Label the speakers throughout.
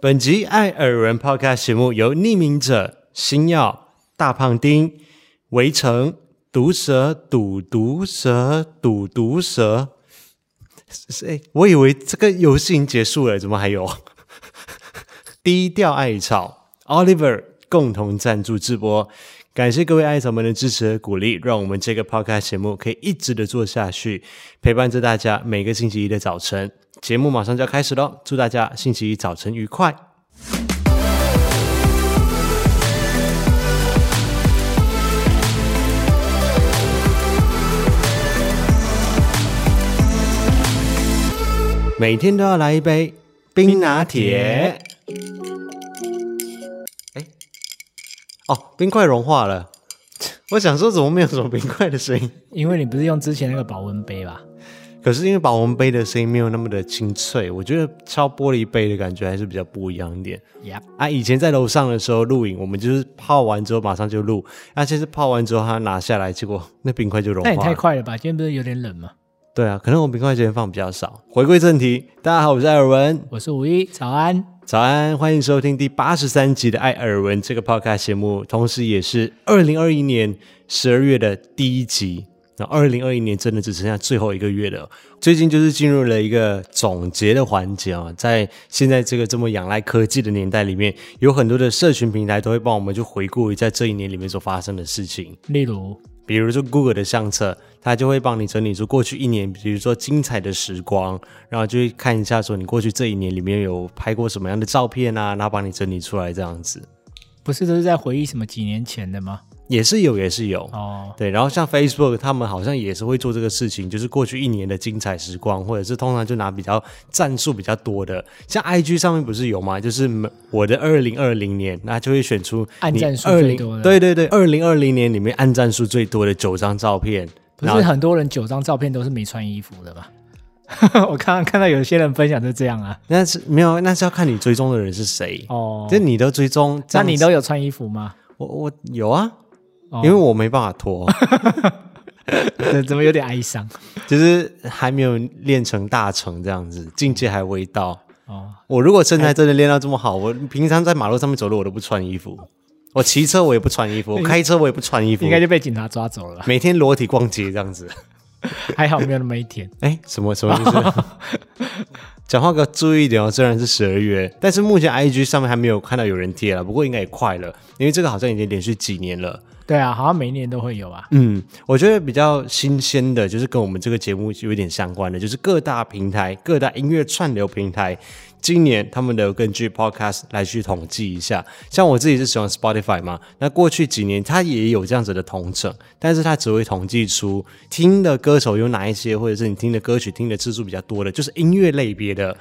Speaker 1: 本集《爱尔人 Podcast》节目由匿名者、星耀、大胖丁、围城、毒蛇、赌毒蛇、赌毒蛇。是哎，我以为这个游戏已经结束了，怎么还有？低调艾草 Oliver 共同赞助直播，感谢各位艾草们的支持和鼓励，让我们这个 podcast 节目可以一直的做下去，陪伴着大家每个星期一的早晨。节目马上就要开始喽，祝大家星期一早晨愉快！每天都要来一杯冰拿铁。哦，冰块融化了。 我想说，怎么没有什么冰块的声音？
Speaker 2: 因为你不是用之前那个保温杯吧？
Speaker 1: 可是因为保温杯的声音没有那么的清脆，我觉得敲玻璃杯的感觉还是比较不一样一点。
Speaker 2: 呀、
Speaker 1: 啊，以前在楼上的时候录影，我们就是泡完之后马上就录，那、啊、现在泡完之后它拿下来，结果那冰块就融
Speaker 2: 那也
Speaker 1: 化
Speaker 2: 太
Speaker 1: 了。
Speaker 2: 快了吧？今天不是有点冷吗？
Speaker 1: 对啊，可能我冰块今天放比较少。回归正题，大家好，我是艾尔文，
Speaker 2: 我是五一，早安。
Speaker 1: 早安，欢迎收听第八十三集的《艾尔文》这个 podcast 节目，同时也是二零二一年十二月的第一集。那二零二一年真的只剩下最后一个月了，最近就是进入了一个总结的环节啊。在现在这个这么仰赖科技的年代里面，有很多的社群平台都会帮我们去回顾一下这一年里面所发生的事情。
Speaker 2: 例如，
Speaker 1: 比如说 Google 的相册，它就会帮你整理出过去一年，比如说精彩的时光，然后就会看一下说你过去这一年里面有拍过什么样的照片啊，然后帮你整理出来这样子，
Speaker 2: 不是都是在回忆什么几年前的吗？
Speaker 1: 也是有，也是有。
Speaker 2: 哦，
Speaker 1: 对，然后像 Facebook，他们好像也是会做这个事情，就是过去一年的精彩时光，或者是通常就拿比较战术比较多的，像 IG 上面不是有吗？就是我的二零二零年，那就会选出
Speaker 2: 按
Speaker 1: 你
Speaker 2: 战术
Speaker 1: 20
Speaker 2: 最多的
Speaker 1: 对对对，二零二零年里面按战术最多的九张照片，
Speaker 2: 不是很多人九张照片都是没穿衣服的吗？ 我刚刚看到有些人分享就这样啊。
Speaker 1: 那是没有，那是要看你追踪的人是谁。
Speaker 2: 哦，
Speaker 1: 就你都追踪，这
Speaker 2: 那
Speaker 1: 样
Speaker 2: 你
Speaker 1: 子
Speaker 2: 都有穿衣服吗？
Speaker 1: 我我有啊，
Speaker 2: 哦
Speaker 1: 因为我没办法脱，
Speaker 2: 怎怎么有点哀伤？
Speaker 1: 就是还没有练成大成这样子，境界还未到。
Speaker 2: 哦，
Speaker 1: 我如果身材真的练到这么好，我平常在马路上面走路我都不穿衣服，我骑车我也不穿衣 服，我开车我也不穿衣服
Speaker 2: 应，该就被警察抓走了吧。
Speaker 1: 每天裸体逛街这样子。
Speaker 2: 还好没有那么一天。
Speaker 1: 哎，什么什么意思？ 讲话要注意一点哦，虽然是十二月，但是目前 IG 上面还没有看到有人贴了，不过应该也快了，因为这个好像已经连续几年了。
Speaker 2: 对啊，好像每一年都会有啊。
Speaker 1: 嗯，我觉得比较新鲜的，就是跟我们这个节目有一点相关的，就是各大平台、各大音乐串流平台，今年他们的根据 Podcast 来去统计一下。像我自己是使用 Spotify 嘛，那过去几年它也有这样子的统整，但是它只会统计出听的歌手有哪一些，或者是你听的歌曲听的次数比较多的，就是音乐类别的。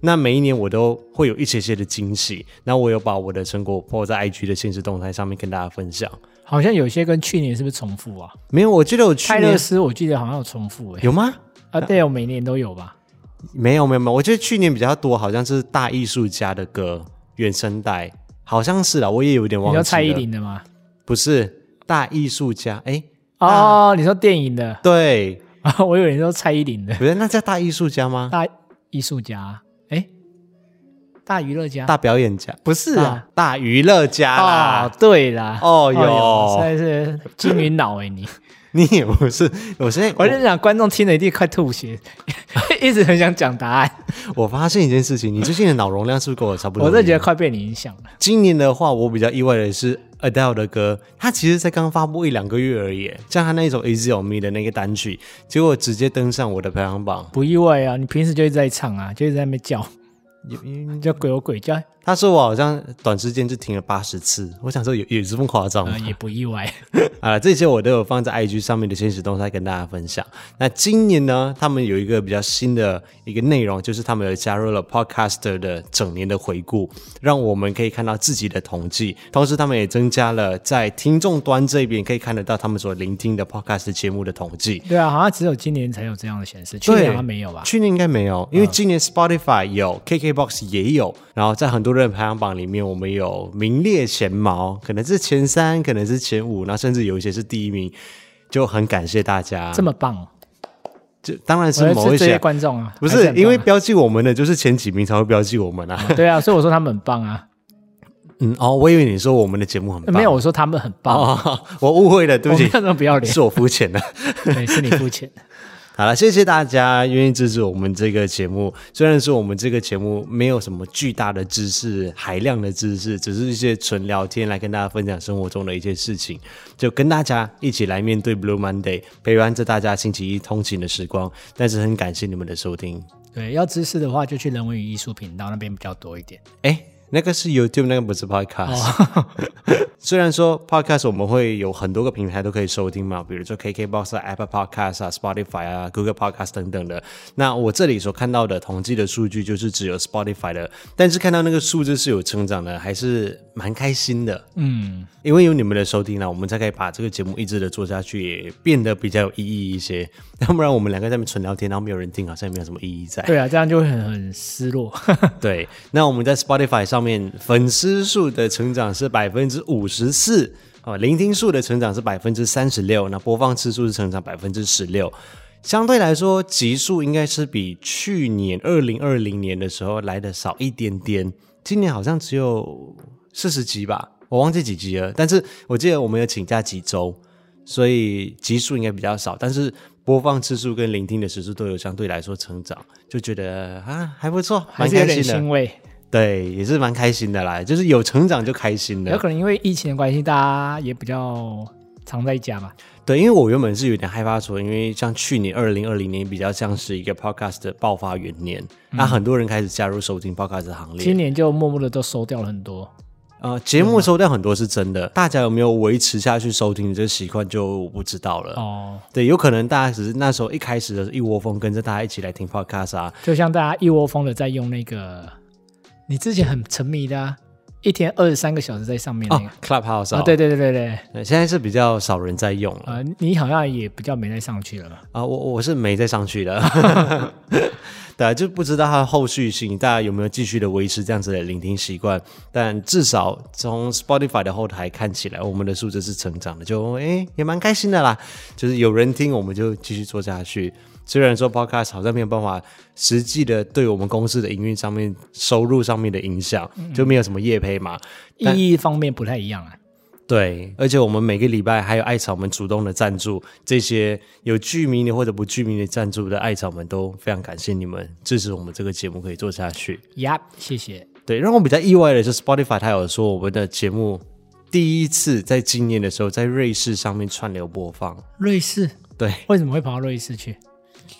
Speaker 1: 那每一年我都会有一些些的惊喜，那我有把我的成果 po 在 IG 的现实动态上面跟大家分享。
Speaker 2: 好像有些跟去年是不是重复啊？
Speaker 1: 没有，我记得我去
Speaker 2: 泰
Speaker 1: 年
Speaker 2: 勒斯我记得好像有重复哎、
Speaker 1: 有吗？
Speaker 2: 啊，对，我每年都有吧。
Speaker 1: 没有没有没有，我觉得去年比较多，好像是大艺术家的歌原声带，好像是啦，我也有点
Speaker 2: 你
Speaker 1: 忘记
Speaker 2: 说
Speaker 1: 了。
Speaker 2: 蔡依林的吗？
Speaker 1: 不是大艺术家，哎，
Speaker 2: 哦，你说电影的
Speaker 1: 对，
Speaker 2: 啊？我以为你说蔡依林的
Speaker 1: 不是那叫大艺术家吗？
Speaker 2: 大艺术家，哎，大娱乐家
Speaker 1: 大表演家
Speaker 2: 不是啊？
Speaker 1: 大，大娱乐家
Speaker 2: 啊，
Speaker 1: 啦。
Speaker 2: 对啦，
Speaker 1: 哦
Speaker 2: 哎呦
Speaker 1: 哟
Speaker 2: 实在是金鱼脑 哎你！
Speaker 1: 你也不是，我现在
Speaker 2: 我
Speaker 1: 我
Speaker 2: 就想观众听了一定快吐血， 一直很想讲答案，
Speaker 1: 我发现一件事情，你最近的脑容量是不是跟我差不多？
Speaker 2: 我真的觉得快被你影响了。
Speaker 1: 今年的话，我比较意外的是 Adele 的歌，它其实才刚发布一两个月而已，像她那一首《Easy on Me》的那个单曲，结果直接登上我的排行榜。
Speaker 2: 不意外啊，你平时就一直在唱啊，就一直在那边叫，叫鬼有鬼叫，啊、
Speaker 1: 他说我好像短时间就停了八十次，我想说有有这么夸张吗？
Speaker 2: 呃 也不意外。
Speaker 1: 啊，这些我都有放在 IG 上面的现实动态跟大家分享。那今年呢，他们有一个比较新的一个内容，就是他们有加入了 Podcaster 的整年的回顾，让我们可以看到自己的统计。同时，他们也增加了在听众端这边可以看得到他们所聆听的 Podcast 节目的统计。
Speaker 2: 对啊，好像只有今年才有这样的显示，去年好像没有吧？嗯
Speaker 1: 去年应该没有，因为今年 Spotify 有、KKBox 也有，然后在很多人的排行榜里面，我们有名列前茅，可能是前三，可能是前五，然后甚至有一些是第一名，就很感谢大家。
Speaker 2: 这么棒哦，
Speaker 1: 就当然
Speaker 2: 我
Speaker 1: 是某
Speaker 2: 这
Speaker 1: 一
Speaker 2: 这些
Speaker 1: 些，
Speaker 2: 观众啊，
Speaker 1: 不
Speaker 2: 还
Speaker 1: 是
Speaker 2: 很棒啊
Speaker 1: 因为标记我们的就是前几名才会标记我们啊。
Speaker 2: 对啊，所以我说他们很棒啊，
Speaker 1: 嗯，哦，我以为你说我们的节目很棒，
Speaker 2: 没有我说他们很棒，
Speaker 1: 哦，我误会了，对不
Speaker 2: 我没
Speaker 1: 起
Speaker 2: 有，那么不要脸，
Speaker 1: 是我肤浅啊了。
Speaker 2: 对，是你 肤浅。
Speaker 1: 好了，谢谢大家愿意支持我们这个节目。虽然说我们这个节目没有什么巨大的知识、海量的知识，只是一些纯聊天来跟大家分享生活中的一些事情，就跟大家一起来面对 Blue Monday，陪伴着大家星期一通勤的时光。但是很感谢你们的收听。
Speaker 2: 对，要知识的话就去人文与艺术频道那边比较多一点。
Speaker 1: 哎，那个是 YouTube，那个不是 Podcast。虽 然说 Podcast 我们会有很多个平台都可以收听嘛，比如说 KKBox 啊、Apple Podcast 啊、Spotify 啊、Google Podcast 等等的。那我这里所看到的统计的数据就是只有 Spotify 的，但是看到那个数字是有成长的，还是蛮开心的。
Speaker 2: 嗯，
Speaker 1: 因为有你们的收听呢，我们才可以把这个节目一直的做下去，也变得比较有意义一些。 要不然我们两个在那边纯聊天，然后没有人听，好像也没有什么意义在。
Speaker 2: 对啊，这样就会很很失落。
Speaker 1: 对，那我们在 Spotify 上面粉丝数的成长是百分之五十四，哦，聆听数的成长是百分之三十六，那播放次数是成长百分之十六。相对来说，集数应该是比去年二零二零年的时候来的少一点点，今年好像只有四十集吧，我忘记几集了。但是我记得我们有请假几周，所以集数应该比较少，但是播放次数跟聆听的时数都有相对来说成长，就觉得啊还不错，
Speaker 2: 还
Speaker 1: 蛮
Speaker 2: 是有
Speaker 1: 开
Speaker 2: 点
Speaker 1: 心的
Speaker 2: 欣。慰。
Speaker 1: 对，也是蛮开心的啦，就是有成长就开心
Speaker 2: 有
Speaker 1: 了。
Speaker 2: 可能因为疫情的关系，大家也比较常在家吧。
Speaker 1: 对，因为我原本是有点害怕说，因为像去年二零二零年比较像是一个 podcast 的爆发元年，
Speaker 2: 嗯
Speaker 1: 那、很多人开始加入收听 podcast 的行列
Speaker 2: 今。年就默默的都收掉了很多。
Speaker 1: 呃，节目收掉很多是真的，大家有没有维持下去收听的这个习惯就我不知道了。
Speaker 2: 哦，
Speaker 1: 对，有可能大家只是那时候一开始的时候一窝蜂跟着大家一起来听 podcast 啊，
Speaker 2: 就像大家一窝蜂的在用那个，你之前很沉迷的、啊，一天二十三个小时在上面那
Speaker 1: 哦
Speaker 2: 个。
Speaker 1: ，Clubhouse
Speaker 2: 啊，
Speaker 1: 哦
Speaker 2: 对对对对对，
Speaker 1: 对，现在是比较少人在用了
Speaker 2: 呃，你好像也比较没再上去了嘛。
Speaker 1: 啊，我我是没再上去的， 对啊，就不知道它的后续性，大家有没有继续的维持这样子的聆听习惯？但至少从 Spotify 的后台看起来，我们的数字是成长的，就诶也蛮开心的啦。就是有人听，我们就继续做下去。虽然说 Podcast 好像没有办法实际的对我们公司的营运上面、收入上面的影响，
Speaker 2: 嗯
Speaker 1: 就没有什么业配嘛，
Speaker 2: 意义方面不太一样啊。
Speaker 1: 对，而且我们每个礼拜还有艾草们主动的赞助，这些有剧名的或者不剧名的赞助的艾草们都非常感谢你们支持我们这个节目可以做下去。
Speaker 2: 呀，谢谢。
Speaker 1: 对，让我比较意外的是，Spotify 它有说我们的节目第一次在今年的时候在瑞士上面串流播放，
Speaker 2: 瑞士
Speaker 1: 对，
Speaker 2: 为什么会跑到瑞士去？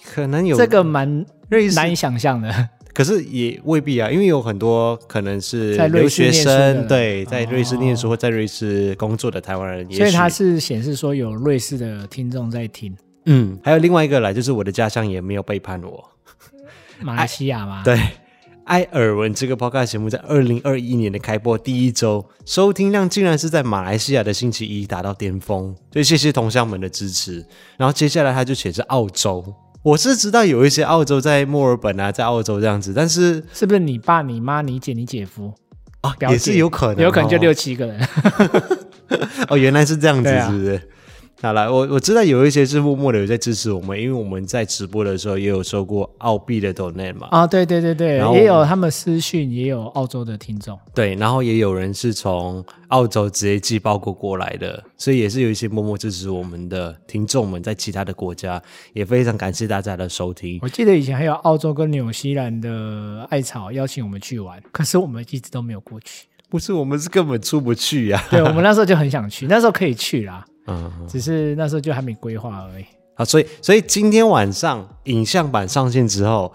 Speaker 1: 可能有
Speaker 2: 这个蛮
Speaker 1: 瑞士
Speaker 2: 难以想象的。
Speaker 1: 可是也未必啊，因为有很多可能是
Speaker 2: 在
Speaker 1: 留
Speaker 2: 瑞士
Speaker 1: 学
Speaker 2: 念书的
Speaker 1: 生，
Speaker 2: 人哦
Speaker 1: 对，在瑞士念书或在瑞士工作的台湾人，也
Speaker 2: 所以
Speaker 1: 许
Speaker 2: 它是显示说有瑞士的听众在听
Speaker 1: 嗯，还有另外一个啦，就是我的家乡也没有背叛我。
Speaker 2: 马来西亚吗？
Speaker 1: 哎对，艾尔文这个 podcast 节目在二零二一年的开播第一周，收听量竟然是在马来西亚的星期一达到巅峰，所以谢谢同乡们的支持。然后接下来他就写是澳洲，我是知道有一些澳洲在墨尔本啊，在澳洲这样子，但是
Speaker 2: 是不是你爸、你妈、你姐、你姐夫？
Speaker 1: 啊
Speaker 2: 表
Speaker 1: 也
Speaker 2: 姐
Speaker 1: 是有可能哦、
Speaker 2: 有可能就六七 个人。
Speaker 1: 哦，原来是这样子，
Speaker 2: 对啊
Speaker 1: 是不是？好了，我我知道有一些是默默的有在支持我们，因为我们在直播的时候也有收过澳币的 donate 嘛，
Speaker 2: 啊，对对对对
Speaker 1: 然后，嗯
Speaker 2: 也有他们私讯，也有澳洲的听众。
Speaker 1: 对，然后也有人是从澳洲直接寄包裹过来的，所以也是有一些默默支持我们的听众们在其他的国家，也非常感谢大家的收听。
Speaker 2: 我记得以前还有澳洲跟纽西兰的艾草邀请我们去玩，可是我们一直都没有 过去。
Speaker 1: 不是我们是根本出不去啊呀、
Speaker 2: 对我们那时候就很 想去，那时候可以去啦，
Speaker 1: 嗯，
Speaker 2: 只是那时候就还没规划而已。
Speaker 1: 好，所以所以今天晚上影像版上线之后，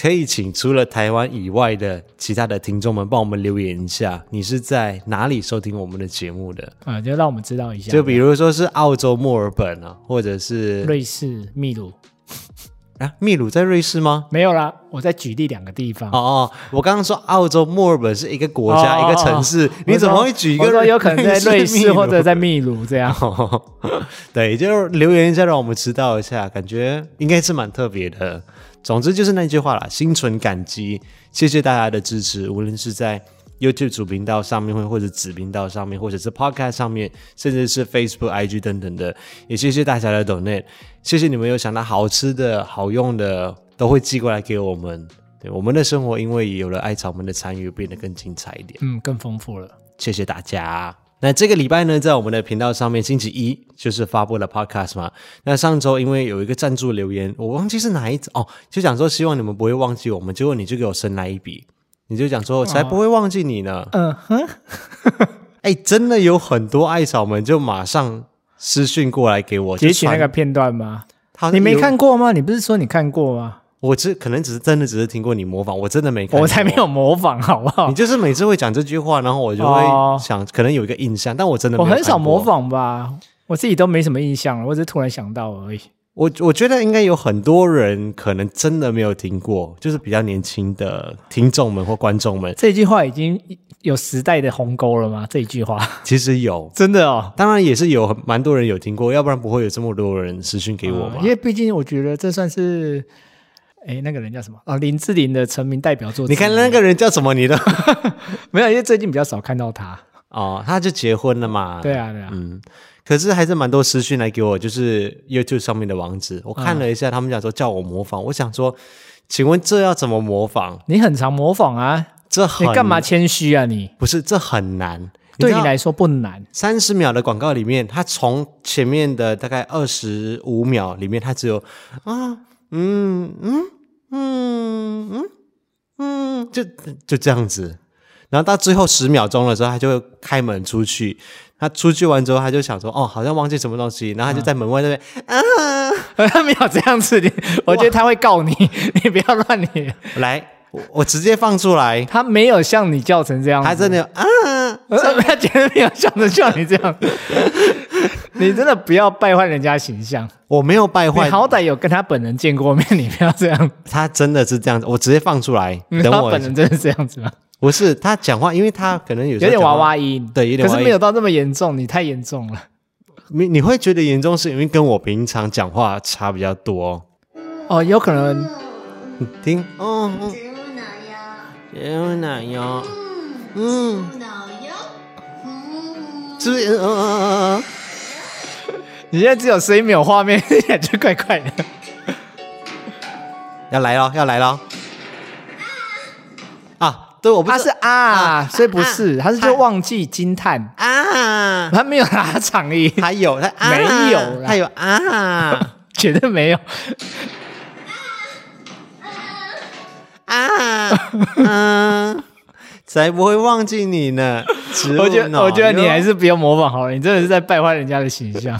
Speaker 1: 可以请除了台湾以外的其他的听众们帮我们留言一下，你是在哪里收听我们的节目的？
Speaker 2: 啊、就让我们知道一下。
Speaker 1: 就比如说是澳洲墨尔本啊，或者是
Speaker 2: 瑞士、秘鲁
Speaker 1: 啊秘鲁在瑞士吗？
Speaker 2: 没有啦，我再举例两个地方。
Speaker 1: 哦哦，我刚刚说澳洲墨尔本是一个国家、
Speaker 2: 哦
Speaker 1: 一个城市，
Speaker 2: 我
Speaker 1: 你怎么
Speaker 2: 说
Speaker 1: 会举一
Speaker 2: 我
Speaker 1: 个
Speaker 2: 说有可能在瑞
Speaker 1: 秘
Speaker 2: 士
Speaker 1: 鲁？
Speaker 2: 或者在秘鲁这样
Speaker 1: 哦对，就是留言一下，让我们知道一下，感觉应该是蛮特别的。总之就是那句话啦，心存感激，谢谢大家的支持，无论是在 YouTube 主频道上面，或或者子频道上面，或者是 Podcast 上面，甚至是 Facebook、IG 等等的。也谢谢大家的 Donate，谢谢你们有想到好吃的好用的都会寄过来给我们。对我们的生活，因为有了艾草们的参与，变得更精彩一点。
Speaker 2: 嗯，更丰富了。
Speaker 1: 谢谢大家。那这个礼拜呢，在我们的频道上面，星期一就是发布了 podcast 嘛。那上周因为有一个赞助留言，我忘记是哪一集哦，就讲说希望你们不会忘记我们，结果你就给我深来一笔，你就讲说我才不会忘记你呢。
Speaker 2: 嗯哼，
Speaker 1: 哎、真的有很多爱草们就马上私讯过来给我，
Speaker 2: 截
Speaker 1: 就
Speaker 2: 取那
Speaker 1: 传
Speaker 2: 个片段吗？
Speaker 1: 他
Speaker 2: 你没
Speaker 1: 有，
Speaker 2: 看过吗？你不是说你看过吗？
Speaker 1: 我只可能只是真的只是听过你模仿，我真的没看，
Speaker 2: 我才没。有模仿，好不好
Speaker 1: 你？就是每次会讲这句话，然后我就
Speaker 2: 哦
Speaker 1: 会想，可能有一个印象，但我真的没
Speaker 2: 我
Speaker 1: 有
Speaker 2: 很少
Speaker 1: 看过
Speaker 2: 模仿吧，我自己都没什么印象了，我只是突然想到而已。
Speaker 1: 我我觉得应该有很多人可能真的没有听过，就是比较年轻的听众们或观众们，
Speaker 2: 这句话已经有时代的鸿沟了吗？这一句话
Speaker 1: 其实有，
Speaker 2: 真的哦，
Speaker 1: 当然也是有很蛮多人有听过，要不然不会有这么多人私讯给我嘛。
Speaker 2: 嗯因为毕竟我觉得这算是，哎，那个人叫什么啊？林志玲的成名代表作之
Speaker 1: 你
Speaker 2: 一。
Speaker 1: 看那个人叫什么？你的
Speaker 2: 没有？因为最近比较少看到他。
Speaker 1: 哦，他就结婚了嘛。
Speaker 2: 对，啊，对啊，
Speaker 1: 嗯，可是还是蛮多私讯来给我，就是 YouTube 上面的网址，我
Speaker 2: 嗯
Speaker 1: 看了一下，他们讲说叫我模仿，我想说，请问这要怎么模仿？
Speaker 2: 你很常模仿啊，
Speaker 1: 这很
Speaker 2: 你干嘛？谦虚啊你？
Speaker 1: 不是，这很难。
Speaker 2: 对
Speaker 1: 知
Speaker 2: 你
Speaker 1: 道
Speaker 2: 来说不 难，
Speaker 1: 三十秒的广告里面，它从前面的大概二十五秒里面，它只有啊，嗯嗯嗯嗯嗯，就就这样子。然后到最后十秒钟的时候，他就开门出去。他出去完之后，他就想说：“哦，好像忘记什么东西。”然后他就在门外那 边、啊，
Speaker 2: 他没有这样子，你 我觉得他会告你， 你不要乱你。
Speaker 1: 来，我我直接放出来。
Speaker 2: 他没有像你叫成这样子，
Speaker 1: 他真的有啊，
Speaker 2: 呃 他绝对没有像着叫你这样， 你真的不要败坏人家形象。
Speaker 1: 我没有败
Speaker 2: 你
Speaker 1: 坏，
Speaker 2: 好歹有跟他本人见过面，你不要 这样。
Speaker 1: 他真的是这样子，我直接放出来。
Speaker 2: 你知
Speaker 1: 等
Speaker 2: 道他
Speaker 1: 我一
Speaker 2: 本
Speaker 1: 下，
Speaker 2: 人真的是这样子吗？
Speaker 1: 不是他讲话，因为他可能有时候
Speaker 2: 有点
Speaker 1: 讲话
Speaker 2: 娃娃音，
Speaker 1: 对有点
Speaker 2: 可
Speaker 1: 娃娃
Speaker 2: 是
Speaker 1: 音
Speaker 2: 没有到那么严重，你太严重了。
Speaker 1: 你你会觉得严重，是因为跟我平常讲话差比较多。
Speaker 2: 哦，有可能
Speaker 1: 你听，哦，
Speaker 3: 植物奶呀，
Speaker 1: 有奶油，
Speaker 3: 嗯，植物奶呀，嗯，
Speaker 1: 是不是？嗯嗯嗯嗯
Speaker 2: 你现在只有声音没有画面， 感觉怪怪的。
Speaker 1: 嗯，要来咯，要来咯。啊，对，我不
Speaker 2: 他是
Speaker 1: 是
Speaker 2: 啊，所以不是，他是就忘记惊叹，
Speaker 1: 啊，
Speaker 2: 他没有拉长 音，
Speaker 1: 还有他啊
Speaker 2: 没有啦
Speaker 1: 还有啊
Speaker 2: 绝对没有。
Speaker 1: 啊啊，才不会忘记你呢。植物
Speaker 2: 我觉得，
Speaker 1: 奶
Speaker 2: 我觉得你
Speaker 1: 油
Speaker 2: 还是不要模仿好了，你真的是在败坏人家的形 象。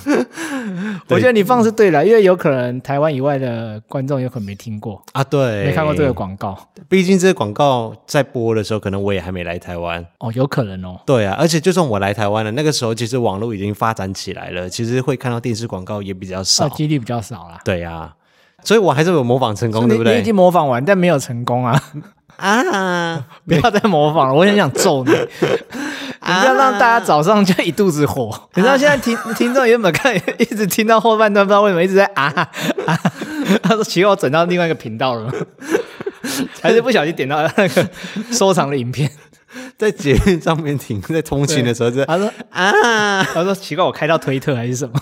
Speaker 2: 我觉得你放是对了，因为有可能台湾以外的观众有可能没听过，
Speaker 1: 啊，对，
Speaker 2: 没看过这个，广告
Speaker 1: 毕竟这个广告在播的时候，可能我也还没来台湾。
Speaker 2: 哦，有可能哦。
Speaker 1: 对啊，而且就算我来台湾了，那个时候其实网络已经发展起来了，其实会看到电视广告也比较少。
Speaker 2: 那几率比较少啦。
Speaker 1: 对啊，所以我还是有模仿成功，对不
Speaker 2: 你你已
Speaker 1: 对
Speaker 2: 经？模仿完，但没有成功啊！
Speaker 1: 啊，
Speaker 2: 不要再模仿了，我很想揍你！你不要让大家早上就一肚子
Speaker 1: 啊
Speaker 2: 火。你知道现在听听众原本看一直听到后半段，不知道为什么一直在啊啊，他说奇怪，我转到另外一个频 道了，还是不小心点到那个收藏的影片。
Speaker 1: 在捷运上面停，在通勤的时候就
Speaker 2: 他说
Speaker 1: 啊，
Speaker 2: 他说奇怪，我开到推特还是什么？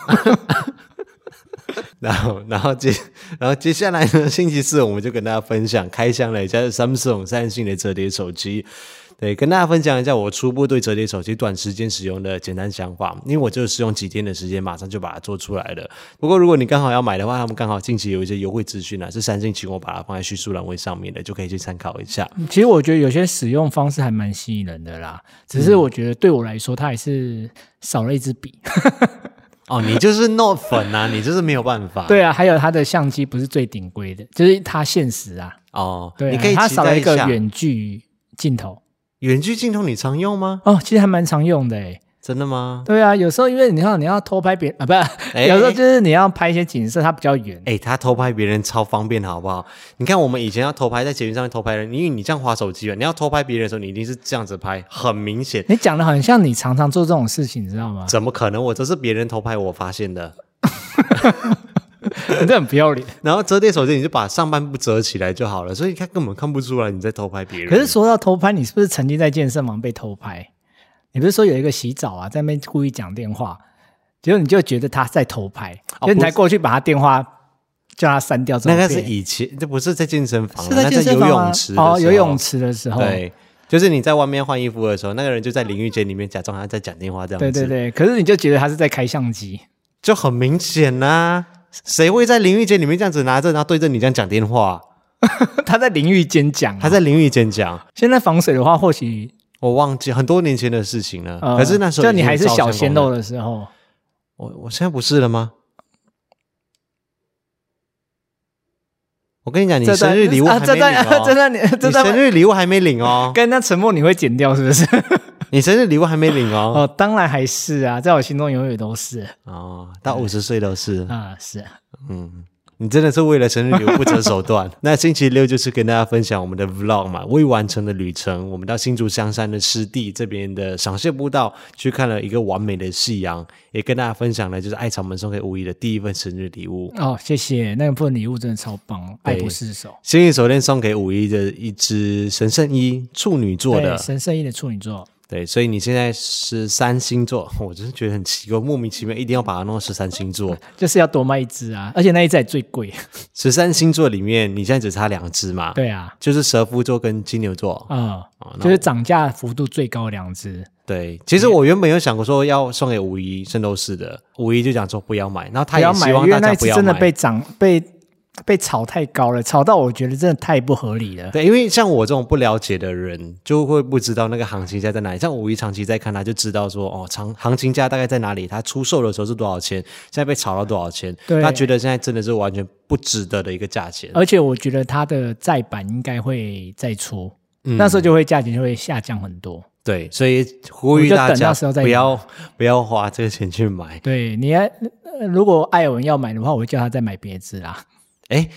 Speaker 1: 然后然后接然后接下来呢，星期四我们就跟大家分享开箱了一下 Samsung 三星的折叠手机。对，跟大家分享一下我初步对折叠手机短时间使用的简单想法，因为我就是用几天的时间，马上就把它做出来了。不过如果你刚好要买的话，他们刚好近期有一些优惠资讯啊，是三星请我把它放在叙述栏位上面的，就可以去参考一下。
Speaker 2: 其实我觉得有些使用方式还蛮吸引人的啦，只
Speaker 1: 嗯
Speaker 2: 是我觉得对我来说，它还是少了一支笔。
Speaker 1: 哦，你就是 Note 粉啊， 你就是没有办法。
Speaker 2: 对啊，还有它的相机不是最顶规的，就是它现实啊。
Speaker 1: 哦，
Speaker 2: 对啊、
Speaker 1: 你可以
Speaker 2: 它
Speaker 1: 期
Speaker 2: 少了
Speaker 1: 待
Speaker 2: 一个
Speaker 1: 下
Speaker 2: 远距镜头
Speaker 1: 远距镜头，你常用吗？
Speaker 2: 哦，其实还蛮常用的诶。
Speaker 1: 真的吗？
Speaker 2: 对啊，有时候因为你看你要偷拍别 人啊，不是，
Speaker 1: 哎
Speaker 2: 有时候就是你要拍一些景色，它比较远。
Speaker 1: 哎、他偷拍别人超方便，好不好？你看我们以前要偷拍在捷运上面偷拍人，因为你这样划手机了，你要偷拍别人的时候，你一定是这样子拍，很明 显。
Speaker 2: 你讲的很像你常常做这种事情，你知道吗？
Speaker 1: 怎么可能？我这是别人偷拍我发现的。
Speaker 2: 你这很不要脸。
Speaker 1: 然后折叠手机你就把上半部折起来就好了，所以他根本看不出来你在偷拍别人。
Speaker 2: 可是说到偷拍，你是不是曾经在健身房被偷拍？你不是说有一个洗澡啊，在那边故意讲电话，结果你就觉得他在偷拍，
Speaker 1: 哦
Speaker 2: 所以你
Speaker 1: 不
Speaker 2: 才
Speaker 1: 是
Speaker 2: 过去把他电话叫他删掉。
Speaker 1: 那个是
Speaker 2: 怎么变
Speaker 1: 以前，这不是在健身房啊，
Speaker 2: 是在健
Speaker 1: 那
Speaker 2: 身
Speaker 1: 在
Speaker 2: 房
Speaker 1: 游
Speaker 2: 吗
Speaker 1: 泳池的时候
Speaker 2: 哦，游泳池的时候，
Speaker 1: 对，就是你在外面换衣服的时候，那个人就在淋浴间里面假装他在讲电话，这样子，
Speaker 2: 对对对。可是你就觉得他是在开相机，
Speaker 1: 就很明显呐、谁会在淋浴间里面这样子拿着，然后对着你这样讲电话？啊
Speaker 2: 他在淋浴间讲啊、
Speaker 1: 他在淋浴间讲，
Speaker 2: 现在防水的话，或许
Speaker 1: 我忘记很多年前的事情了。
Speaker 2: 呃，
Speaker 1: 可是那时候
Speaker 2: 就你还是小鲜肉
Speaker 1: 了，
Speaker 2: 的时候，
Speaker 1: 我我现在不是了吗？我跟你讲，你
Speaker 2: 这段
Speaker 1: 生日礼物还
Speaker 2: 啊，这
Speaker 1: 没
Speaker 2: 段
Speaker 1: 领
Speaker 2: 啊
Speaker 1: 哦，
Speaker 2: 这段你这
Speaker 1: 你生
Speaker 2: 段
Speaker 1: 日礼物还没领哦，
Speaker 2: 跟那沉默你会剪掉是不是？
Speaker 1: 你生日礼物还没领 哦。
Speaker 2: 哦，当然还是啊，在我心中永远都是
Speaker 1: 哦，到五十岁都 是，
Speaker 2: 啊，是啊
Speaker 1: 嗯，你真的是为了生日礼物不择手段。 那星期六就是跟大家分享我们的 vlog 嘛，未完成的旅程，我们到新竹香山的湿地这边的赏蟹步道去看了一个完美的夕阳，也跟大家分享了就是艾草们送给五一的第一份生日礼物。
Speaker 2: 哦，谢谢那份礼物真的超棒，爱
Speaker 1: 对
Speaker 2: 不释手。
Speaker 1: 幸运手链送给五一的一只神圣衣，处女座
Speaker 2: 对，
Speaker 1: 的，
Speaker 2: 神圣意的处女座，
Speaker 1: 对，所以你现在十三星座， 我真是觉得很奇怪，莫名其妙一定要把它弄十三星座。
Speaker 2: 就是要多卖一只啊，而且那一只还最贵。
Speaker 1: 十三星座里面，你现在只差两只嘛？，
Speaker 2: 对啊，
Speaker 1: 就是蛇夫座跟金牛座。
Speaker 2: 嗯，
Speaker 1: 哦那
Speaker 2: 就是涨价幅度最高的两只。
Speaker 1: 对，其实我原本有想过说要送给五一圣斗士的，五一就讲说不要买，然后他
Speaker 2: 不
Speaker 1: 也
Speaker 2: 要买，
Speaker 1: 希望
Speaker 2: 因为
Speaker 1: 大
Speaker 2: 那
Speaker 1: 家
Speaker 2: 一
Speaker 1: 不
Speaker 2: 次
Speaker 1: 要
Speaker 2: 真的
Speaker 1: 买
Speaker 2: 被。涨被被炒太高了，炒到我觉得真的太不合理了。
Speaker 1: 对，因为像我这种不了解的人，就会不知道那个行情价在哪里。像五一长期在看，他就知道说哦，长行情价大概在哪里，他出售的时候是多少钱，现在被炒到多少钱，
Speaker 2: 对
Speaker 1: 他觉得现在真的是完全不值得的一个价钱。
Speaker 2: 而且我觉得它的再版应该会再出，
Speaker 1: 嗯
Speaker 2: 那时候就会价钱就会下降很多。
Speaker 1: 对，所以呼吁
Speaker 2: 我就
Speaker 1: 大
Speaker 2: 等
Speaker 1: 家
Speaker 2: 到时候再
Speaker 1: 不要不要花这个钱去买。
Speaker 2: 对你还，呃如果艾尔文要买的话，我会叫他再买别 只啦，
Speaker 1: 哎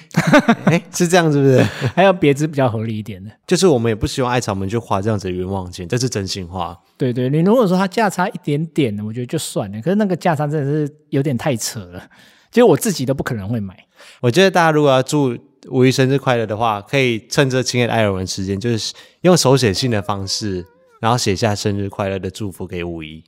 Speaker 1: 哎，是这样是不是？
Speaker 2: 还有别只比较合理一点的。
Speaker 1: 就是我们也不希望艾草们去花这样子的冤枉钱，这是真心话。
Speaker 2: 对对，你如果说它价差一点点，我觉得就算了。可是那个价差真的是有点太扯了，其实我自己都不可能会买。
Speaker 1: 我觉得大家如果要祝五一生日快乐的话，可以趁着亲爱的艾尔文时间，就是用手写信的方式，然后写下生日快乐的祝福给五一。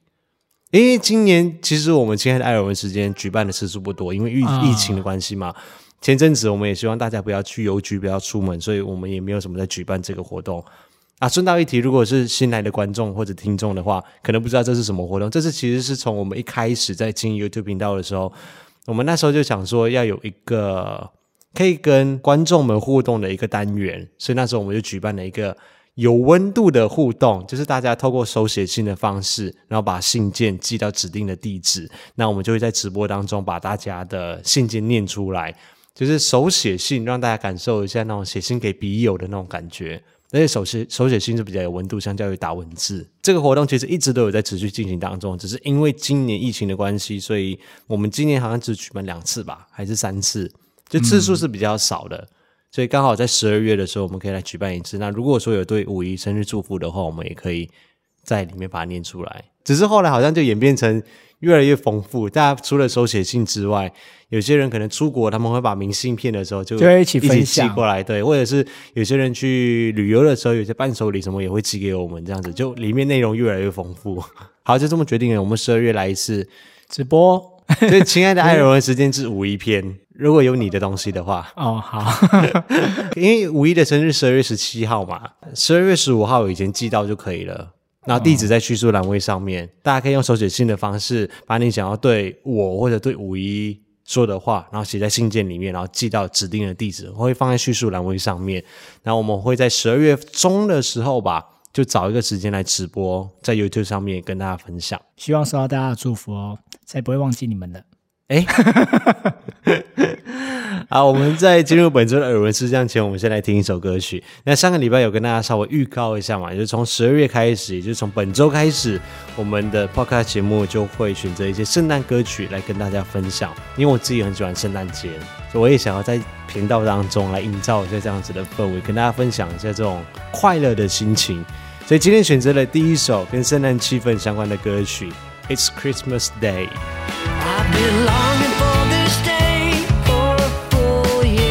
Speaker 1: 因为今年其实我们亲爱的艾尔文时间举办的次数不多，因为疫、
Speaker 2: 啊
Speaker 1: 疫情的关系嘛。前阵子我们也希望大家不要去邮局，不要出门，所以我们也没有什么在举办这个活动。啊，顺道一提，如果是新来的观众或者听众的话，可能不知道这是什么活动。这是其实是从我们一开始在经营 YouTube 频道的时候，我们那时候就想说要有一个可以跟观众们互动的一个单元，所以那时候我们就举办了一个有温度的互动，就是大家透过手写信的方式，然后把信件寄到指定的地址，那我们就会在直播当中把大家的信件念出来，就是手写信，让大家感受一下那种写信给笔友的那种感觉。而且手写手写信是比较有温度，相较于打文字。这个活动其实一直都有在持续进行当中，只是因为今年疫情的关系，所以我们今年好像只举办两次吧，还是三次，就次数是比较少的。所以刚好在十二月的时候，我们可以来举办一次。那如果说有对五一生日祝福的话，我们也可以在里面把它念出来。只是后来好像就演变成越来越丰富，大家除了手写信之外，有些人可能出国，他们会把明信片的时候就
Speaker 2: 就会一起分
Speaker 1: 寄
Speaker 2: 享
Speaker 1: 过来，对，或者是有些人去旅游的时候，有些伴手礼什么也会寄给我们，这样子就里面内容越来越丰富。 好，就这么决定了，我们十二月来一次。
Speaker 2: 直播
Speaker 1: 所以，亲爱的艾尔文，时间是五一篇。如果有你的东西的话，
Speaker 2: 哦，好，
Speaker 1: 因为五一的生日十二月十七号嘛，十二月十五号以前寄到就可以了。然后地址在叙述栏位上面，大家可以用手写信的方式，把你想要对我或者对五一说的话，然后写在信件里面，然后寄到指定的地址，我会放在叙述栏位上面。然后我们会在十二月中的时候吧，就找一个时间来直播，在 YouTube 上面跟大家分享。
Speaker 2: 希望收到大家的祝福哦，才不会忘记你们的。
Speaker 1: 哎，好，我们在进入本周的耳闻事项前，我们先来听一首歌曲。那上个礼拜有跟大家稍微预告一下嘛，就是从十二月开始，也就是从本周开始，我们的 podcast 节目就会选择一些圣诞歌曲来跟大家分享。因为我自己很喜欢圣诞节，所以我也想要在频道当中来营造一下这样子的氛围，跟大家分享一下这种快乐的心情。所以今天选择了第一首跟圣诞气氛相关的歌曲《It's Christmas Day》。
Speaker 4: I've been longing for this day for a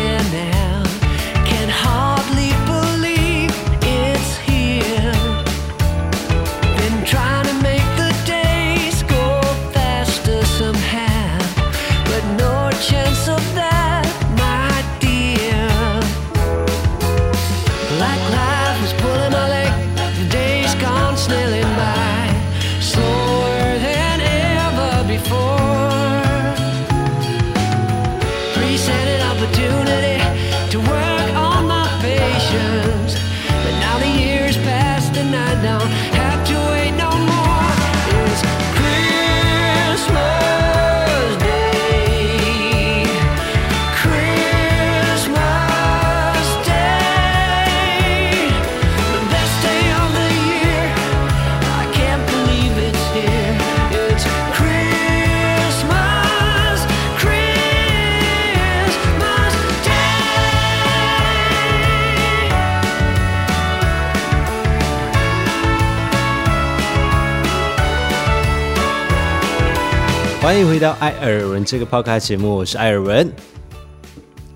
Speaker 1: 欢迎回到艾尔文这个 podcast 节目，我是艾尔文。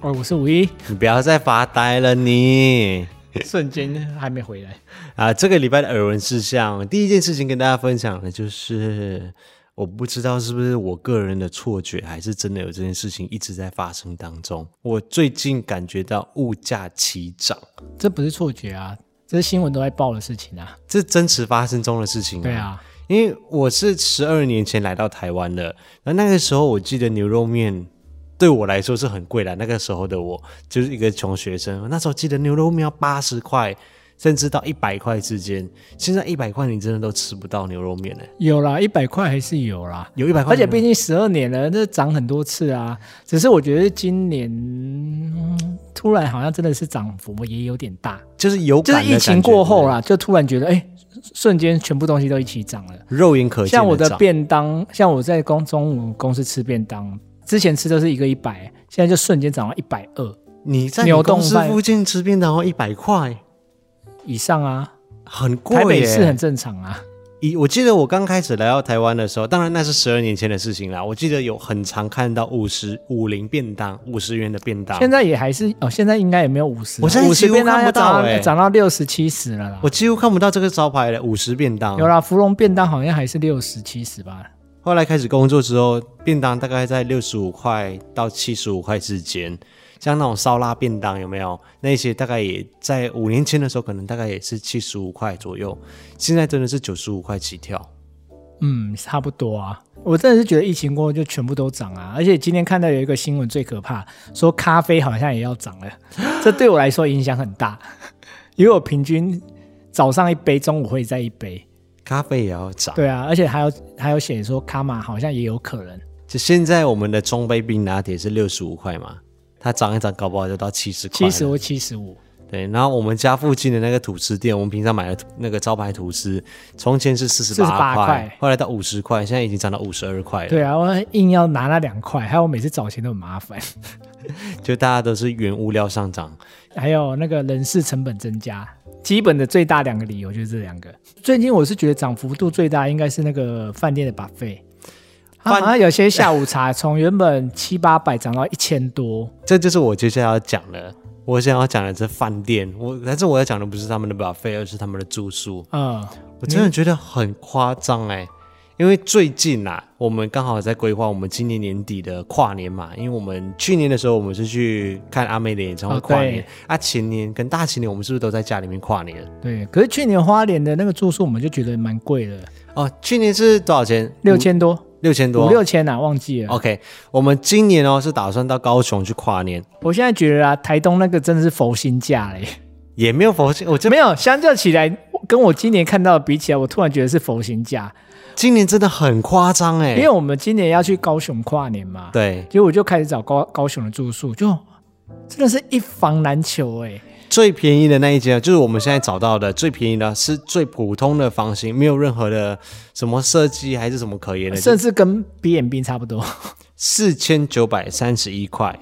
Speaker 2: 哦，我是五 一，
Speaker 1: 你不要再发呆了你，
Speaker 2: 瞬间还没回来。
Speaker 1: 啊！这个礼拜的耳闻事项，第一件事情跟大家分享的就是，我不知道是不是我个人的错觉，还是真的有这件事情一直在发生当中。我最近感觉到物价齐涨，
Speaker 2: 这不是错觉啊，这是新闻都在报的事情啊。
Speaker 1: 这真实发生中的事情、
Speaker 2: 对啊，
Speaker 1: 因为我是十二年前来到台湾的，那那个时候我记得牛肉面对我来说是很贵的。那个时候的我就是一个穷学生，那时候记得牛肉面要八十块，甚至到一百块之间。现在一百块你真的都吃不到牛肉面了、
Speaker 2: 有啦，一百块还是有啦。
Speaker 1: 有一百块，
Speaker 2: 而且毕竟十二年了，这涨很多次啊。只是我觉得今年、嗯突然好像真的是涨幅也有点大，
Speaker 1: 就是有
Speaker 2: 就
Speaker 1: 感的感
Speaker 2: 是疫
Speaker 1: 觉
Speaker 2: 情过后，啦，就突然觉得哎、瞬间全部东西都一起涨了。
Speaker 1: 对不对肉眼可见
Speaker 2: 像我的
Speaker 1: 涨
Speaker 2: 便当，像我在公中午公司吃便当，之前吃都是一个一百，现在就瞬间涨到一百二
Speaker 1: 你在你
Speaker 2: 牛洞
Speaker 1: 公司
Speaker 2: 饭
Speaker 1: 附近吃便当要哦一百块，
Speaker 2: 以上啊。
Speaker 1: 很贵耶。
Speaker 2: 台北市很正常啊，
Speaker 1: 以我记得我刚开始来到台湾的时候，当然那是十二年前的事情啦。我记得有很常看到五十五零便当，五十元的便当。
Speaker 2: 现在也还是哦，现在应该也没有五十，啊
Speaker 1: 我现在
Speaker 2: 五
Speaker 1: 几
Speaker 2: 十
Speaker 1: 乎
Speaker 2: 变
Speaker 1: 看
Speaker 2: 大
Speaker 1: 不
Speaker 2: 要
Speaker 1: 到
Speaker 2: 涨
Speaker 1: 欸
Speaker 2: 到涨到六十七十了啦。
Speaker 1: 我几乎看不到这个招牌了，五十便当
Speaker 2: 有。啦，芙蓉便当好像还是六十七十吧。
Speaker 1: 后来开始工作之后，便当大概在六十五块到七十五块之间。像那种烧腊便当有没有？那些大概也在五年前的时候，可能大概也是七十五块左右，现在真的是九十五块起跳。
Speaker 2: 嗯，差不多啊。我真的是觉得疫情过后就全部都涨啊，而且今天看到有一个新闻最可怕，说咖啡好像也要 涨了，这对我来说影响很大，因为我平均早上一杯，中午会再一杯，
Speaker 1: 咖啡也要涨。
Speaker 2: 对啊，而且还有还有写说卡玛好像也有可能，
Speaker 1: 就现在我们的中杯冰拿铁是六十五块嘛，它涨一涨，搞不好就到七十块
Speaker 2: 七
Speaker 1: 了。
Speaker 2: 十或七十五，
Speaker 1: 对，然后我们家附近的那个吐司店，我们平常买的那个招牌吐司，从前是四十八
Speaker 2: 48
Speaker 1: 块
Speaker 2: 块，
Speaker 1: 后来到五十块，现在已经涨到五十二块了。
Speaker 2: 对啊，我硬要拿那两块，还有我每次找钱都很麻烦，
Speaker 1: 就大家都是原物料上涨。
Speaker 2: 还有那个人事成本增加，基本的最大两个理由就是这两个。最近我是觉得涨幅度最大应该是那个饭店的 buffet，它
Speaker 1: 饭
Speaker 2: 好像啊有些下午茶从原本七八百涨到一千多，
Speaker 1: 这就是我接下来要讲的。我想要讲的是饭店，我但是我要讲的不是他们的 buffet，而是他们的住宿。
Speaker 2: 嗯，
Speaker 1: 我真的觉得很夸张哎，因为最近啊，我们刚好在规划我们今年年底的跨年嘛，因为我们去年的时候我们是去看阿妹的演唱会
Speaker 2: 哦
Speaker 1: 跨年，
Speaker 2: 对
Speaker 1: 啊前年跟大前年我们是不是都在家里面跨年？
Speaker 2: 对。可是去年花莲的那个住宿我们就觉得蛮贵的，
Speaker 1: 哦，去年是多少钱？
Speaker 2: 六千多，
Speaker 1: 六千多，哦
Speaker 2: 五六千啊，忘记了。
Speaker 1: OK，我们今年哦是打算到高雄去跨年，
Speaker 2: 我现在觉得啊，台东那个真的是佛心价嘞，
Speaker 1: 也没有佛系，我这
Speaker 2: 没有相较起来，跟我今年看到的比起来，我突然觉得是佛心价，
Speaker 1: 今年真的很夸张哎，
Speaker 2: 因为我们今年要去高雄跨年嘛，
Speaker 1: 对
Speaker 2: 结果我就开始找高高雄的住宿，就真的是一房难求哎、
Speaker 1: 最便宜的那一间，就是我们现在找到的最便宜的，是最普通的房型，没有任何的什么设计还是什么可言的，
Speaker 2: 甚至跟 B M B 差不多。
Speaker 1: 四千九百三十一块，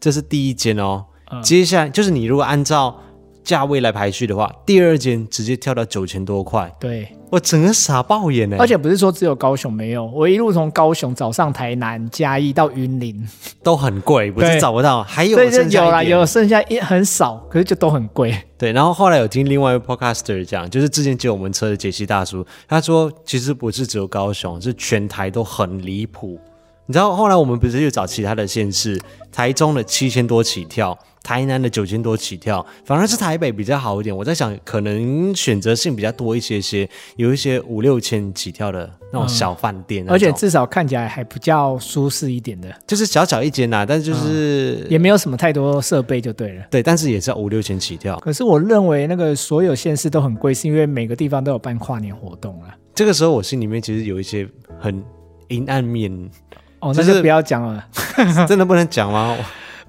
Speaker 1: 这是第一间哦。
Speaker 2: 嗯
Speaker 1: 接下来就是你如果按照价位来排序的话，第二间直接跳到九千多块，
Speaker 2: 对，
Speaker 1: 我整个傻爆眼呢。欸
Speaker 2: 而且不是说只有高雄没有，我一路从高雄找上台南、嘉义到云林，
Speaker 1: 都很贵，不是
Speaker 2: 对
Speaker 1: 找不到，还有
Speaker 2: 所以就
Speaker 1: 剩下
Speaker 2: 有啦，
Speaker 1: 一点
Speaker 2: 有剩下一很少，可是就都很贵。
Speaker 1: 对，然后后来有听另外一位 podcaster 讲，就是之前借我们车的杰西大叔，他说其实不是只有高雄，是全台都很离谱。你知道后来我们不是又找其他的县市，台中的七千多起跳，台南的九千多起跳，反而是台北比较好一点。我在想，可能选择性比较多一些些，有一些五六千起跳的那种小饭店那种、
Speaker 2: 而且至少看起来还比较舒适一点的，
Speaker 1: 就是小小一间呐、但就是、
Speaker 2: 也没有什么太多设备就对了。
Speaker 1: 嗯对，但是也是要五六千起跳。
Speaker 2: 可是我认为那个所有县市都很贵，是因为每个地方都有办跨年活动啊了。
Speaker 1: 这个时候我心里面其实有一些很阴暗面。
Speaker 2: 哦，
Speaker 1: 就
Speaker 2: 那
Speaker 1: 是
Speaker 2: 就不要讲了。
Speaker 1: 真的不能讲吗？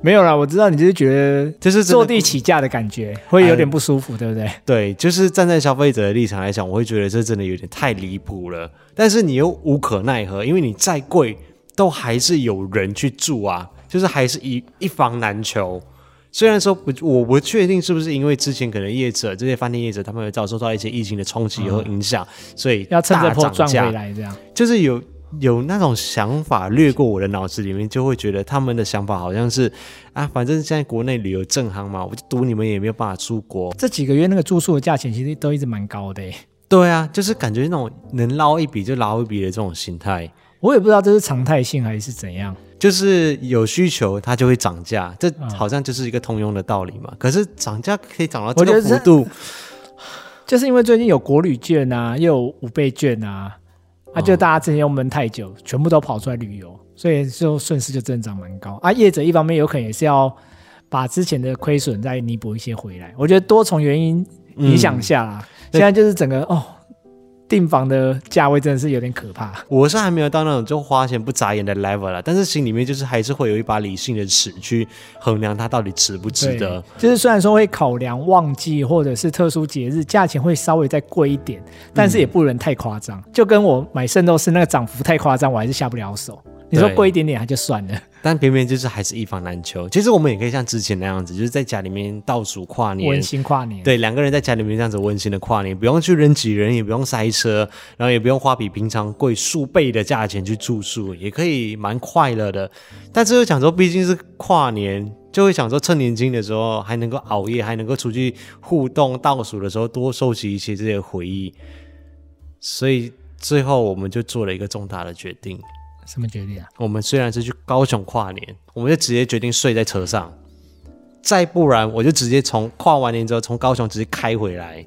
Speaker 2: 没有啦，我知道你就是觉得
Speaker 1: 就是真的哎
Speaker 2: 坐地起价的感觉，会有点不舒服，对不对？
Speaker 1: 对，就是站在消费者的立场来讲，我会觉得这真的有点太离谱了。但是你又无可奈何，因为你再贵，都还是有人去住啊，就是还是一一房难求。虽然说不，我不确定是不是因为之前可能业者这些饭店业者嗯他们有遭受到一些疫情的冲击和影响，所以
Speaker 2: 要趁着
Speaker 1: 大
Speaker 2: 坡
Speaker 1: 涨
Speaker 2: 赚
Speaker 1: 价
Speaker 2: 回，来这样。
Speaker 1: 就是有有那种想法掠过我的脑子里面，就会觉得他们的想法好像是啊，反正现在国内旅游正行嘛，我就赌你们也没有办法出国。
Speaker 2: 这几个月那个住宿的价钱其实都一直蛮高的耶，欸
Speaker 1: 对啊，就是感觉那种能捞一笔就捞一笔的这种心态，
Speaker 2: 我也不知道这是常态性还是怎样。
Speaker 1: 就是有需求它就会涨价，这
Speaker 2: 嗯
Speaker 1: 好像就是一个通用的道理嘛。可是涨价可以涨到这
Speaker 2: 我觉
Speaker 1: 个
Speaker 2: 得
Speaker 1: 幅
Speaker 2: 是
Speaker 1: 度，
Speaker 2: 就是因为最近有国旅券啊，又有五倍券啊，啊，就大家之前又闷太久，全部都跑出来旅游，所以就顺势就增长蛮高啊。业者一方面有可能也是要把之前的亏损再弥补一些回来，我觉得多重原因影响下啦，
Speaker 1: 对
Speaker 2: 现在就是整个哦，订房的价位真的是有点可怕。
Speaker 1: 我是还没有到那种就花钱不眨眼的 level 啦，但是心里面就是还是会有一把理性的尺去衡量它到底值不值得。
Speaker 2: 对就是虽然说会考量旺季或者是特殊节日，价钱会稍微再贵一点，但是也不能太夸张。就跟我买圣斗士那个涨幅太夸张，我还是下不了手。你说
Speaker 1: 嗯对
Speaker 2: 贵一点点还就算了，
Speaker 1: 但偏偏就是还是一房难求。其实我们也可以像之前那样子，就是在家里面倒数跨年
Speaker 2: 温，馨跨年。
Speaker 1: 对，两个人在家里面这样子温馨的跨年，不用去人挤人，也不用塞车，然后也不用花比平常贵数倍的价钱去住宿，也可以蛮快乐的。但是又想说，毕竟是跨年，就会想说趁年轻的时候还能够熬夜，还能够出去互动倒数的时候多收集一些这些回忆。所以最后我们就做了一个重大的决定，
Speaker 2: 什么决定啊？
Speaker 1: 我们虽然是去高雄跨年，我们就直接决定睡在车上，再不然我就直接从跨完年之后从高雄直接开回来，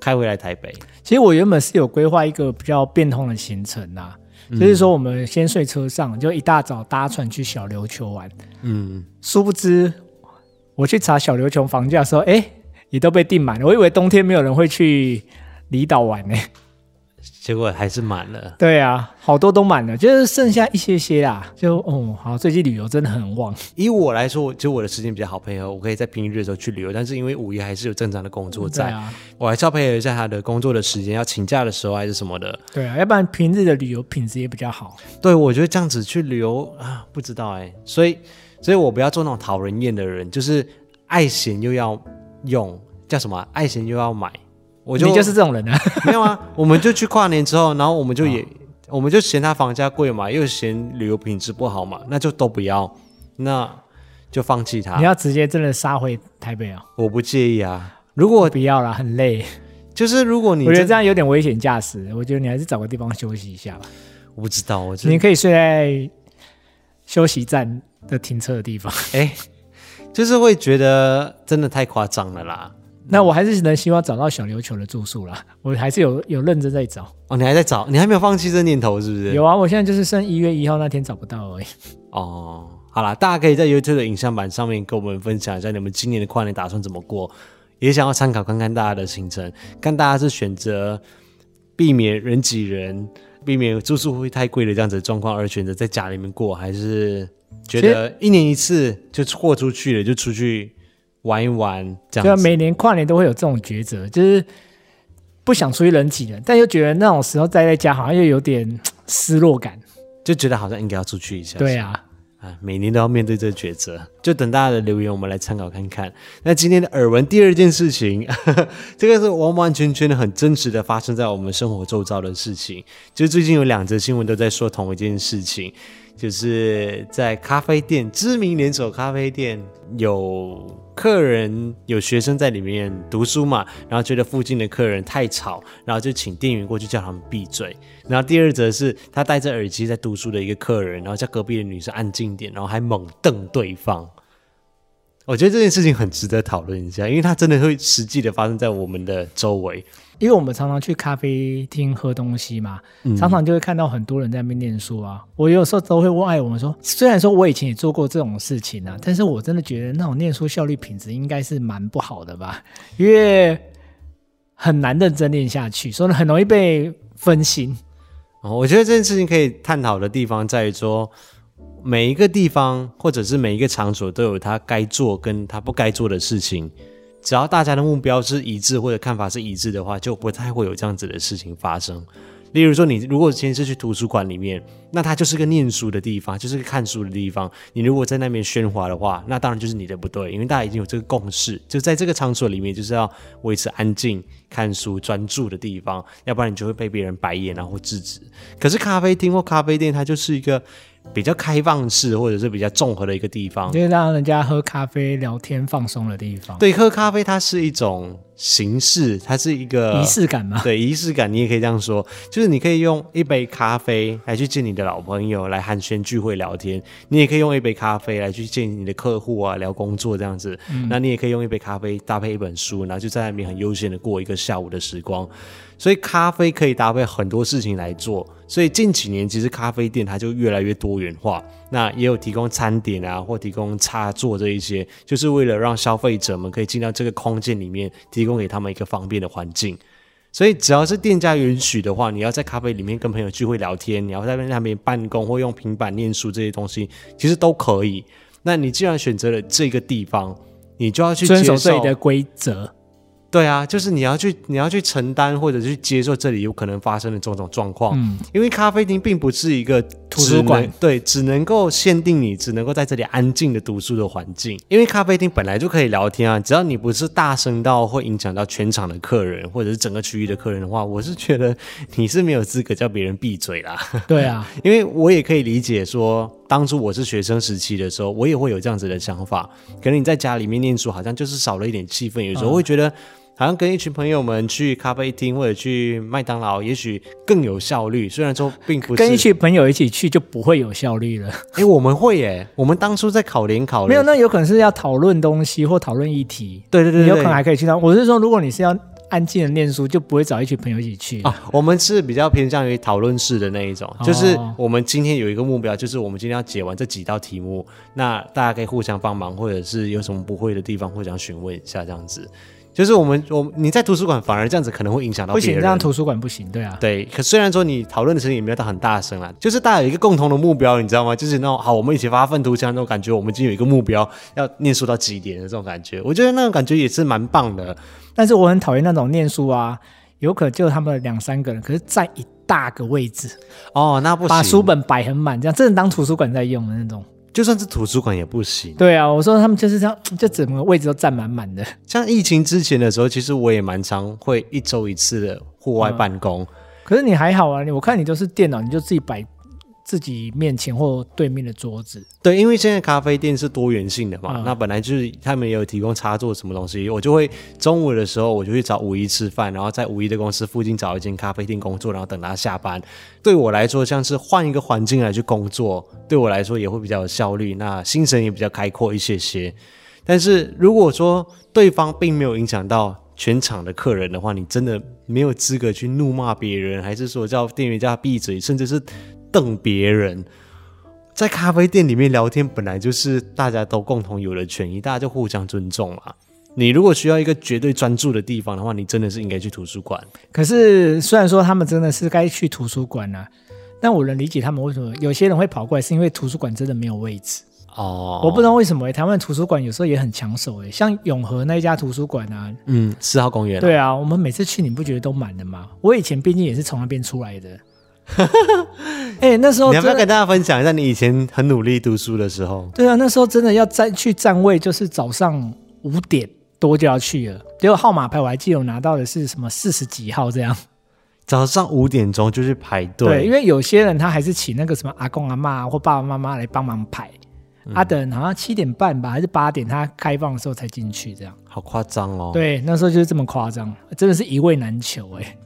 Speaker 1: 开回来台北。
Speaker 2: 其实我原本是有规划一个比较变通的行程啊，
Speaker 1: 嗯
Speaker 2: 就是说我们先睡车上，就一大早搭船去小琉球玩。
Speaker 1: 嗯，
Speaker 2: 殊不知，我去查小琉球房价的时候，哎，也都被订满了。我以为冬天没有人会去离岛玩呢、
Speaker 1: 结果还是满了。
Speaker 2: 对啊，好多都满了，就是剩下一些些啦。就哦，好，最近旅游真的很旺。
Speaker 1: 以我来说，就我的时间比较好配合，我可以在平日的时候去旅游，但是因为五一还是有正常的工作
Speaker 2: 对
Speaker 1: 在，
Speaker 2: 啊，
Speaker 1: 我还是要配合一下他的工作的时间，要请假的时候还是什么的。
Speaker 2: 对啊，要不然平日的旅游品质也比较好。
Speaker 1: 对，我觉得这样子去旅游啊，不知道哎、所以，所以我不要做那种讨人厌的人，就是爱闲又要用，叫什么啊、爱闲又要买。我
Speaker 2: 我
Speaker 1: 就
Speaker 2: 你就是这种人啊，
Speaker 1: 没有啊，我们就去跨年之后，然后我们就也、我们就嫌它房价贵嘛，又嫌旅游品质不好嘛，那就都不要，那就放弃它
Speaker 2: 你。要直接真的杀回台北啊？
Speaker 1: 我不介意啊。如果
Speaker 2: 不要啦，很累。
Speaker 1: 就是如果你
Speaker 2: 我觉得
Speaker 1: 真
Speaker 2: 这样有点危险驾驶，我觉得你还是找个地方休息一下吧。
Speaker 1: 我不知道，我真
Speaker 2: 你可以睡在休息站的停车的地方。
Speaker 1: 哎、就是会觉得真的太夸张了啦。
Speaker 2: 那我还是能希望找到小琉球的住宿啦，我还是有有认真在找。
Speaker 1: 哦，你还在找，你还没有放弃这念头是不是？
Speaker 2: 有啊，我现在就是剩一月一号那天找不到而已。
Speaker 1: 哦，好啦，大家可以在 YouTube 的影像版上面跟我们分享一下你们今年的跨年打算怎么过，也想要参考看看大家的行程，看大家是选择避免人挤人、避免住宿会太贵的这样子的状况，而选择在家里面过，还是觉得一年一次就豁出去了，就出去玩一玩这
Speaker 2: 就
Speaker 1: 样子。
Speaker 2: 啊每年跨年都会有这种抉择，就是不想出去人挤人，但又觉得那种时候待在家好像又有点失落感。
Speaker 1: 就觉得好像应该要出去一下，
Speaker 2: 对啊，
Speaker 1: 啊，每年都要面对这个抉择，就等大家的留言，我们来参考看看。那今天的耳闻第二件事情， 这个是完完全全的很真实的发生在我们生活周遭的事情。就是最近有两则新闻都在说同一件事情，就是在咖啡店，知名连锁咖啡店有客人有学生在里面读书嘛，然后觉得附近的客人太吵，然后就请店员过去叫他们闭嘴。然后第二则是他戴着耳机在读书的一个客人，然后叫隔壁的女生安静点，然后还猛瞪对方。我觉得这件事情很值得讨论一下，因为它真的会实际的发生在我们的周围。
Speaker 2: 因为我们常常去咖啡厅喝东西嘛，
Speaker 1: 嗯
Speaker 2: 常常就会看到很多人在那边念书啊。我有时候都会问艾文说，虽然说我以前也做过这种事情啊，但是我真的觉得那种念书效率品质应该是蛮不好的吧，因为很难认真念下去，所以很容易被分心。
Speaker 1: 哦，我觉得这件事情可以探讨的地方在于说，每一个地方或者是每一个场所都有它该做跟它不该做的事情。只要大家的目标是一致或者看法是一致的话，就不太会有这样子的事情发生。例如说，你如果先是去图书馆里面，那它就是个念书的地方，就是个看书的地方。你如果在那边喧哗的话，那当然就是你的不对，因为大家已经有这个共识，就在这个场所里面，就是要维持安静、看书、专注的地方，要不然你就会被别人白眼啊或制止。可是咖啡厅或咖啡店，它就是一个比较开放式或者是比较综合的一个地方。
Speaker 2: 就是让人家喝咖啡、聊天、放松的地方，
Speaker 1: 对，喝咖啡它是一种形式，它是一个
Speaker 2: 仪式感嘛。
Speaker 1: 对仪式感，你也可以这样说，就是你可以用一杯咖啡来去见你的老朋友，来寒暄聚会聊天；你也可以用一杯咖啡来去见你的客户啊，聊工作这样子。那你也可以用一杯咖啡搭配一本书，然后就在那边很悠闲的啊过一个下午的时光。所以咖啡可以搭配很多事情来做。所以近几年其实咖啡店它就越来越多元化，那也有提供餐点啊，或提供插座这一些，就是为了让消费者们可以进到这个空间里面，提供给他们一个方便的环境。所以只要是店家允许的话，你要在咖啡里面跟朋友聚会聊天，你要在那边办公或用平板念书这些东西，其实都可以。那你既然选择了这个地方，你就要去
Speaker 2: 遵守
Speaker 1: 接
Speaker 2: 这
Speaker 1: 受
Speaker 2: 里的规则，
Speaker 1: 对啊，就是你要去你要去承担或者去接受这里有可能发生的种种状况。
Speaker 2: 嗯
Speaker 1: 因为咖啡厅并不是一个
Speaker 2: 图
Speaker 1: 只
Speaker 2: 书馆
Speaker 1: 能，对，只能够限定你只能够在这里安静的读书的环境。因为咖啡厅本来就可以聊天啊，只要你不是大声到会影响到全场的客人或者是整个区域的客人的话，我是觉得你是没有资格叫别人闭嘴啦。
Speaker 2: 对啊，
Speaker 1: 因为我也可以理解说，当初我是学生时期的时候，我也会有这样子的想法。可能你在家里面念书，好像就是少了一点气氛，有时候
Speaker 2: 嗯
Speaker 1: 会觉得。好像跟一群朋友们去咖啡厅或者去麦当劳，也许更有效率。虽然说并 不是
Speaker 2: 跟一群朋友一起去就不会有效率 了。
Speaker 1: 哎、我们会耶，我们当初在考联考的
Speaker 2: 没有，那有可能是要讨论东西或讨论议题，
Speaker 1: 对对对对
Speaker 2: 你有可能还可以去到。我是说，如果你是要安静的念书，就不会找一群朋友一起去。
Speaker 1: 啊，我们是比较偏向于讨论式的那一种，就是
Speaker 2: 哦
Speaker 1: 我们今天有一个目标，就是我们今天要解完这几道题目，那大家可以互相帮忙，或者是有什么不会的地方互相询问一下，这样子。就是我们我你在图书馆反而这样子可能会影响到
Speaker 2: 不
Speaker 1: 别
Speaker 2: 行，
Speaker 1: 人，
Speaker 2: 这样图书馆不行，对啊。
Speaker 1: 对，可虽然说你讨论的事情也没有到很大声啦，就是大家有一个共同的目标，你知道吗？就是那种好，我们一起发愤图强那种感觉，我们已经有一个目标，要念书到几点的这种感觉，我觉得那种感觉也是蛮棒的。
Speaker 2: 但是我很讨厌那种念书啊，有可能就他们两三个人，可是占一大个位置，
Speaker 1: 哦，那不行，
Speaker 2: 把书本摆很满，这样真的当图书馆在用的那种。
Speaker 1: 就算是图书馆也不行。
Speaker 2: 对啊，我说他们就是这样，就整个位置都占满满的。
Speaker 1: 像疫情之前的时候，其实我也蛮常会一周一次的户外办公。
Speaker 2: 可是你还好啊，你我看你都是电脑，你就自己摆自己面前或对面的桌子。
Speaker 1: 对，因为现在咖啡店是多元性的嘛，
Speaker 2: 嗯
Speaker 1: 那本来就是他们也有提供插座什么东西，我就会中午的时候我就去找五一吃饭，然后在五一的公司附近找一间咖啡店工作，然后等他下班。对我来说，像是换一个环境来去工作，对我来说也会比较有效率，那精神也比较开阔一些些。但是如果说对方并没有影响到全场的客人的话，你真的没有资格去怒骂别人，还是说叫店员叫他闭嘴，甚至是瞪别人。在咖啡店里面聊天，本来就是大家都共同有的权益，大家就互相尊重嘛。你如果需要一个绝对专注的地方的话，你真的是应该去图书馆。
Speaker 2: 可是虽然说他们真的是该去图书馆啊，但我能理解他们为什么有些人会跑过来，是因为图书馆真的没有位置。
Speaker 1: 哦
Speaker 2: 我不知道为什么、欸、台湾的图书馆有时候也很抢手诶、欸像永和那一家图书馆啊，
Speaker 1: 嗯，四号公园、啊，
Speaker 2: 对啊，我们每次去你不觉得都满的吗？我以前毕竟也是从那边出来的。 哎、那时候
Speaker 1: 你要
Speaker 2: 真
Speaker 1: 不要
Speaker 2: 的
Speaker 1: 跟大家分享一下你以前很努力读书的时候？
Speaker 2: 对啊，那时候真的要站去站位，就是早上五点多就要去了。结果号码牌我还记得我拿到的是什么四十几号这样。
Speaker 1: 早上五点钟就去排队，
Speaker 2: 对，因
Speaker 1: 为
Speaker 2: 为有些人他还是请那个什么阿公阿妈或爸爸妈妈来帮忙排。阿等好像七点半吧，还是八点，他开放的时候才进去，这样。
Speaker 1: 好夸张哦。，
Speaker 2: 对，那时候就是这么夸张，真的是一位难求哎、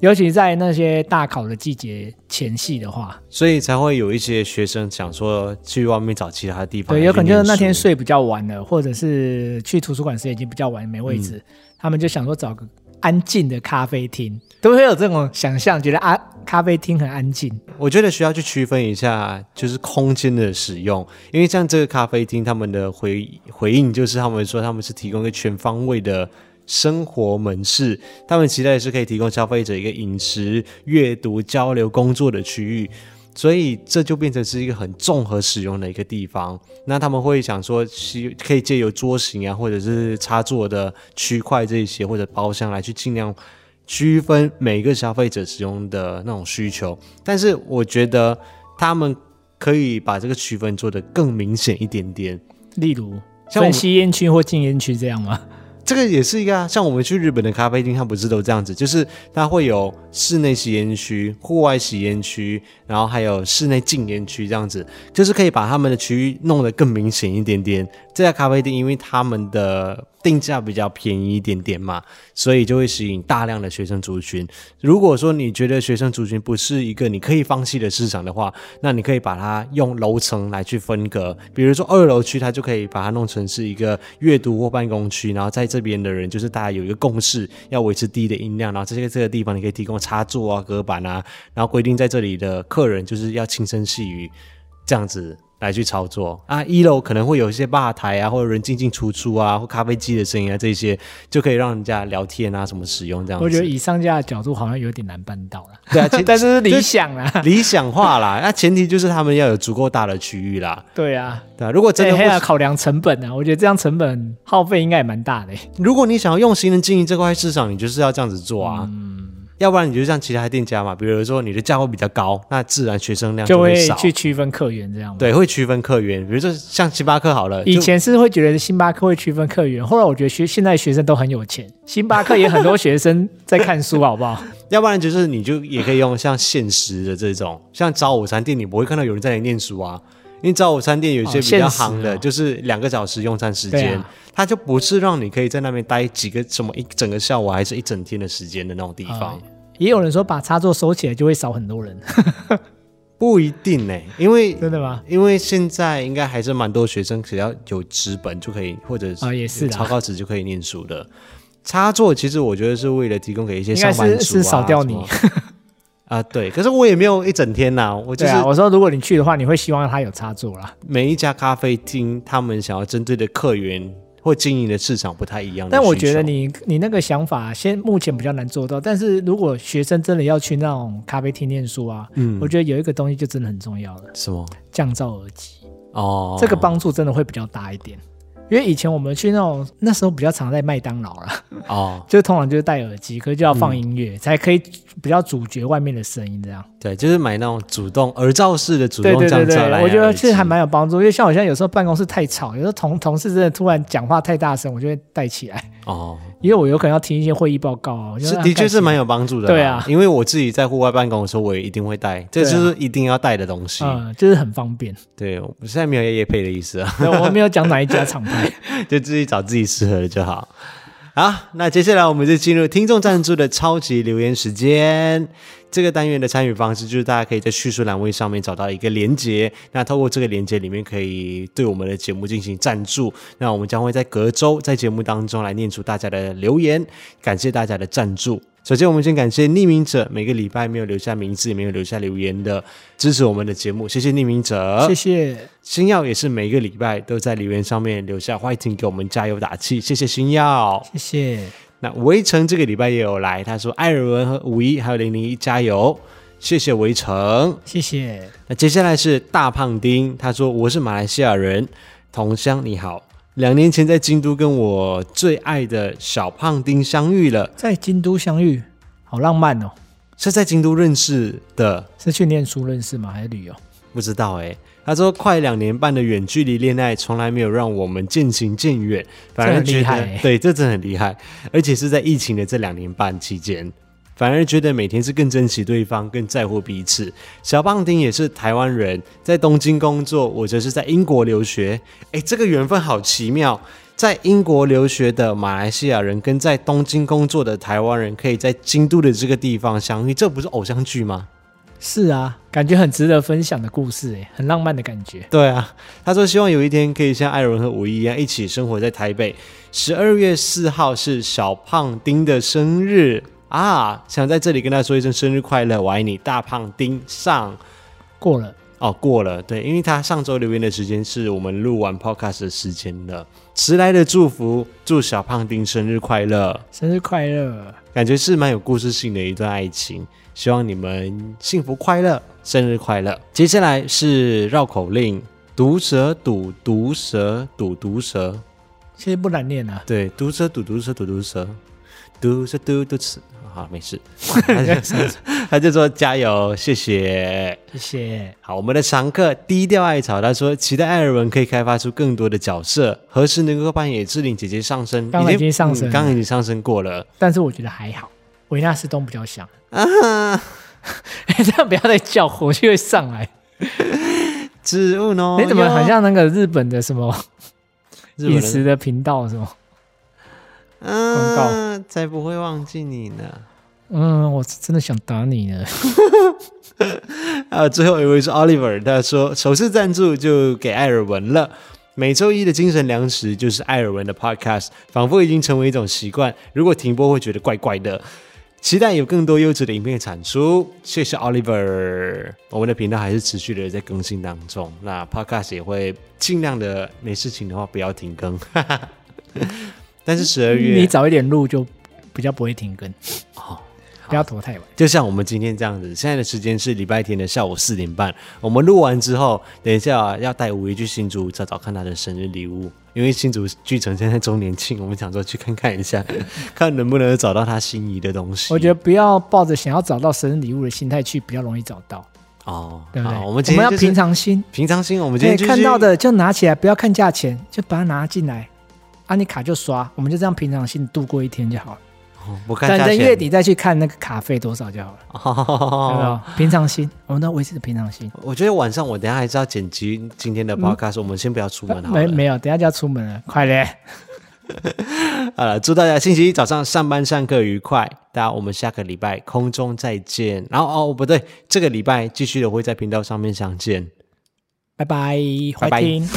Speaker 2: 尤其在那些大考的季节前夕的话，
Speaker 1: 所以才会有一些学生想说去外面找其他地方。
Speaker 2: 对，有可能就是那天。睡比较晚了，或者是去图书馆时间已经比较晚，没位置，他们就想说找个安静的咖啡厅，都会有这种想象，觉得啊，咖啡厅很安静。
Speaker 1: 我觉得需要去区分一下，就是空间的使用，因为像这个咖啡厅，他们的回回应就是他们说他们是提供一个全方位的生活门市，他们期待是可以提供消费者一个饮食、阅读、交流、工作的区域。所以这就变成是一个很综合使用的一个地方。那他们会想说，希可以借由桌型啊，或者是插座的区块这一些，或者包厢来去尽量区分每个消费者使用的那种需求，但是我觉得他们可以把这个区分做得更明显一点点。
Speaker 2: 例如
Speaker 1: 像我们
Speaker 2: 分吸烟区或禁烟区这样吗？
Speaker 1: 这个也是一个啊，像我们去日本的咖啡厅，它不是都这样子，就是它会有室内吸烟区、户外吸烟区，然后还有室内禁烟区这样子，就是可以把他们的区域弄得更明显一点点。这家咖啡店因为他们的定价比较便宜一点点嘛，所以就会吸引大量的学生族群。如果说你觉得学生族群不是一个你可以放弃的市场的话，那你可以把它用楼层来去分隔，比如说二楼区，它就可以把它弄成是一个阅读或办公区，然后在这边的人就是大家有一个共识，要维持低的音量，然啊后这个这个地方你可以提供插座啊、隔板啊，然后规定在这里的客人就是要轻声细语，这样子来去操作啊。一楼可能会有一些吧台啊，或者人进进出出啊，或咖啡机的声音啊，这些就可以让人家聊天啊，什么使用这样子。
Speaker 2: 我觉得以商家的角度好像有点难办到了，
Speaker 1: 对啊，前
Speaker 2: 但是是理想 啊，
Speaker 1: 理想化啦，那前提就是他们要有足够大的区域啦，
Speaker 2: 对啊，
Speaker 1: 对啊，如果真
Speaker 2: 这
Speaker 1: 的
Speaker 2: 还
Speaker 1: 不
Speaker 2: 要考量成本啊，我觉得这样成本耗费应该也蛮大的欸、
Speaker 1: 如果你想要用心的经营这块市场，你就是要这样子做啊，
Speaker 2: 嗯
Speaker 1: 要不然你就像其他店家嘛，比如说你的价位比较高，那自然学生量
Speaker 2: 就
Speaker 1: 会
Speaker 2: 会
Speaker 1: 少，
Speaker 2: 去区分客源这样吗？
Speaker 1: 对，会区分客源，比如说像星巴克好了，
Speaker 2: 以
Speaker 1: 就
Speaker 2: 前是会觉得星巴克会区分客源，后来我觉得学现在学生都很有钱，星巴克也很多学生在看书，好 不好？
Speaker 1: 要不然就是你就也可以用像现实的这种，像早午餐店，你不会看到有人在那里念书啊。因为早午餐店有一些
Speaker 2: 哦
Speaker 1: 比较
Speaker 2: 限时
Speaker 1: 行的，
Speaker 2: 哦
Speaker 1: 就是两个小时用餐时
Speaker 2: 对
Speaker 1: 间，
Speaker 2: 啊
Speaker 1: 它就不是让你可以在那边待几个什么一整个下午还是一整天的时间的那种地
Speaker 2: 哦
Speaker 1: 方，
Speaker 2: 啊也有人说把插座收起来就会少很多人，
Speaker 1: 不一定呢、因为
Speaker 2: 真的吗？
Speaker 1: 因为现在应该还是蛮多学生，只要有纸本就可以，或者
Speaker 2: 啊也是啦
Speaker 1: 草稿纸就可以念书的。插座其实我觉得是为了提供给一些
Speaker 2: 应该
Speaker 1: 上
Speaker 2: 是
Speaker 1: 班族啊，
Speaker 2: 是少掉你
Speaker 1: 什么 啊，对。可是我也没有一整天呐、我就
Speaker 2: 对
Speaker 1: 是
Speaker 2: 啊，我说如果你去的话，你会希望它有插座啦。
Speaker 1: 每一家咖啡厅他们想要针对的客源或经营的市场不太一样的需求。
Speaker 2: 但我觉得你你那个想法先目前比较难做到，但是如果学生真的要去那种咖啡厅念书啊，
Speaker 1: 嗯
Speaker 2: 我觉得有一个东西就真的很重要了，
Speaker 1: 什么
Speaker 2: 降噪耳机。
Speaker 1: 哦，
Speaker 2: 这个帮助真的会比较大一点。因为以前我们去那种那时候比较常在麦当劳啦，
Speaker 1: 哦，
Speaker 2: 就通常就是戴耳机，可是就要
Speaker 1: 嗯
Speaker 2: 放音乐、才可以比较阻绝外面的声音这样。
Speaker 1: 对，就是买那种主动耳罩式的主
Speaker 2: 对
Speaker 1: 动
Speaker 2: 对
Speaker 1: 降
Speaker 2: 对
Speaker 1: 噪啊蓝牙
Speaker 2: 对，我觉得
Speaker 1: 耳机
Speaker 2: 其实还蛮有帮助，因为像我现在有时候办公室太吵，有时候同同事真的突然讲话太大声，我就会戴起来，
Speaker 1: 哦。
Speaker 2: 因为我有可能要听一些会议报告啊。我就是让它
Speaker 1: 的确
Speaker 2: 盖起
Speaker 1: 是
Speaker 2: 来
Speaker 1: 蛮有帮助的啦，
Speaker 2: 对啊
Speaker 1: 因为我自己在户外办公的时候，我也一定会带，这
Speaker 2: 对啊
Speaker 1: 就是一定要带的东西。
Speaker 2: 嗯，就是很 方便。
Speaker 1: 对，我现在没有夜夜配的意思啊，
Speaker 2: 对我没有讲哪一家 厂牌，
Speaker 1: 就自己找自己适合的就好。好，那接下来我们就进入听众赞助的超级留言时间。这个单元的参与方式就是大家可以在叙述栏位上面找到一个连接，那透过这个连接里面可以对我们的节目进行赞助。那我们将会在隔周在节目当中来念出大家的留言，感谢大家的赞助。首先，我们先感谢匿名者，每个礼拜没有留下名字，也没有留下留言的支持我们的节目，谢谢匿名者，
Speaker 2: 谢谢。
Speaker 1: 星耀也是每个礼拜都在留言上面留下欢迎给我们加油打气，谢谢星耀。
Speaker 2: 谢谢，
Speaker 1: 那围城这个礼拜也有来，他说艾尔文和五一还有零零一加油，谢谢围城。
Speaker 2: 谢谢，
Speaker 1: 那接下来是大胖丁，他说我是马来西亚人，同乡你好，两年前在京都跟我最爱的小胖丁相遇了，
Speaker 2: 在京都相遇，好浪漫哦！
Speaker 1: 是在京都认识的，
Speaker 2: 是去念书认识吗？还是旅游？
Speaker 1: 不知道哎、他说快两年半的远距离恋爱，从来没有让我们渐行渐远，反而觉
Speaker 2: 这很
Speaker 1: 得
Speaker 2: 厉害欸
Speaker 1: 对，这真的很厉害，而且是在疫情的这两年半期间。反而觉得每天是更珍惜对方，更在乎彼此。小胖丁也是台湾人，在东京工作，我则是在英国留学。诶，这个缘分好奇妙，在英国留学的马来西亚人跟在东京工作的台湾人，可以在京都的这个地方相遇，这不是偶像剧吗？
Speaker 2: 是啊，感觉很值得分享的故事，哎，很浪漫的感觉。
Speaker 1: 对啊，他说希望有一天可以像艾伦和五一一样一起生活在台北。十二月四号是小胖丁的生日啊，想在这里跟他说一声生日快乐，我爱你，大胖丁上。
Speaker 2: 过了，
Speaker 1: 哦，过了，对，因为他上周留言的时间是我们录完 podcast 的时间了。迟来的祝福，祝小胖丁生日快乐，
Speaker 2: 生日快乐！
Speaker 1: 感觉是蛮有故事性的一段爱情。希望你们幸福快乐，生日快乐。接下来是绕口令：毒蛇赌毒蛇赌毒蛇，
Speaker 2: 其实不难念啊，
Speaker 1: 对，毒蛇赌毒蛇赌毒蛇，毒蛇赌毒蛇。好，没事。他就他就说加油，谢谢。
Speaker 2: 谢谢。
Speaker 1: 好，我们的常客低调艾草，他说期待艾尔文可以开发出更多的角色，何时能够扮演志玲姐姐上升？
Speaker 2: 刚才已经上升
Speaker 1: 嗯刚才已经上升过了
Speaker 2: 但是我觉得还好，维纳斯东比较像。
Speaker 1: 啊！
Speaker 2: 这样不要再叫，火气会上来。哎
Speaker 1: 植物呢？
Speaker 2: 你怎么很像那个日本的什么
Speaker 1: 哦啊日本
Speaker 2: 饮
Speaker 1: 人
Speaker 2: 食的频道什么？
Speaker 1: 广
Speaker 2: 广告
Speaker 1: 啊才不会忘记你呢。
Speaker 2: 嗯，我真的想打你呢。
Speaker 1: 还有啊最后一位是 Oliver，他说首次赞助就给艾尔文了。每周一的精神粮食就是艾尔文的 podcast，仿佛已经成为一种习惯。如果停播会觉得怪怪的。期待有更多优质的影片产出，谢谢 Oliver。我们的频道还是持续的在更新当中，那 podcast 也会尽量的没事情的话不要停更。 哈哈但是十二月
Speaker 2: 你早一点录就比较不会停更。
Speaker 1: 哦
Speaker 2: 不要拖太晚。
Speaker 1: 就像我们今天这样子，现在的时间是礼拜天的下午四点半。我们录完之后，等一下、要带五一去新竹找找看他的生日礼物，因为新竹巨城现在周年庆，我们想说去看看一 下，看能不能找到他心仪的东西。
Speaker 2: 我觉得不要抱着想要找到生日礼物的心态去，比较容易找到，
Speaker 1: 哦，
Speaker 2: 对不对？
Speaker 1: 好，我们今天、
Speaker 2: 要
Speaker 1: 就是、
Speaker 2: 平常心，
Speaker 1: 平常心，我们今
Speaker 2: 对，
Speaker 1: 天、就是、
Speaker 2: 哎看到的就拿起来，不要看价钱，就把它拿进来，啊，你卡就刷，我们就这样平常心度过一天就好了。
Speaker 1: 哦，不看
Speaker 2: 等
Speaker 1: 价
Speaker 2: 等
Speaker 1: 钱。
Speaker 2: 月底再去看那个卡费多少就好了，有没
Speaker 1: 哦，
Speaker 2: 有？平常心，哦我们都维持平常心。
Speaker 1: 我觉得晚上我等一下还是要剪辑今
Speaker 2: 嗯
Speaker 1: 天的 podcast，、我们先不要出门好了。
Speaker 2: 没没有，等一下就要出门了，快点，
Speaker 1: 好了，祝大家星期一早上上班上课愉快，大家我们下个礼拜空中再见。然后哦，不对，这个礼拜继续的会在频道上面相见。
Speaker 2: 拜拜，
Speaker 1: 拜拜
Speaker 2: 欢迎。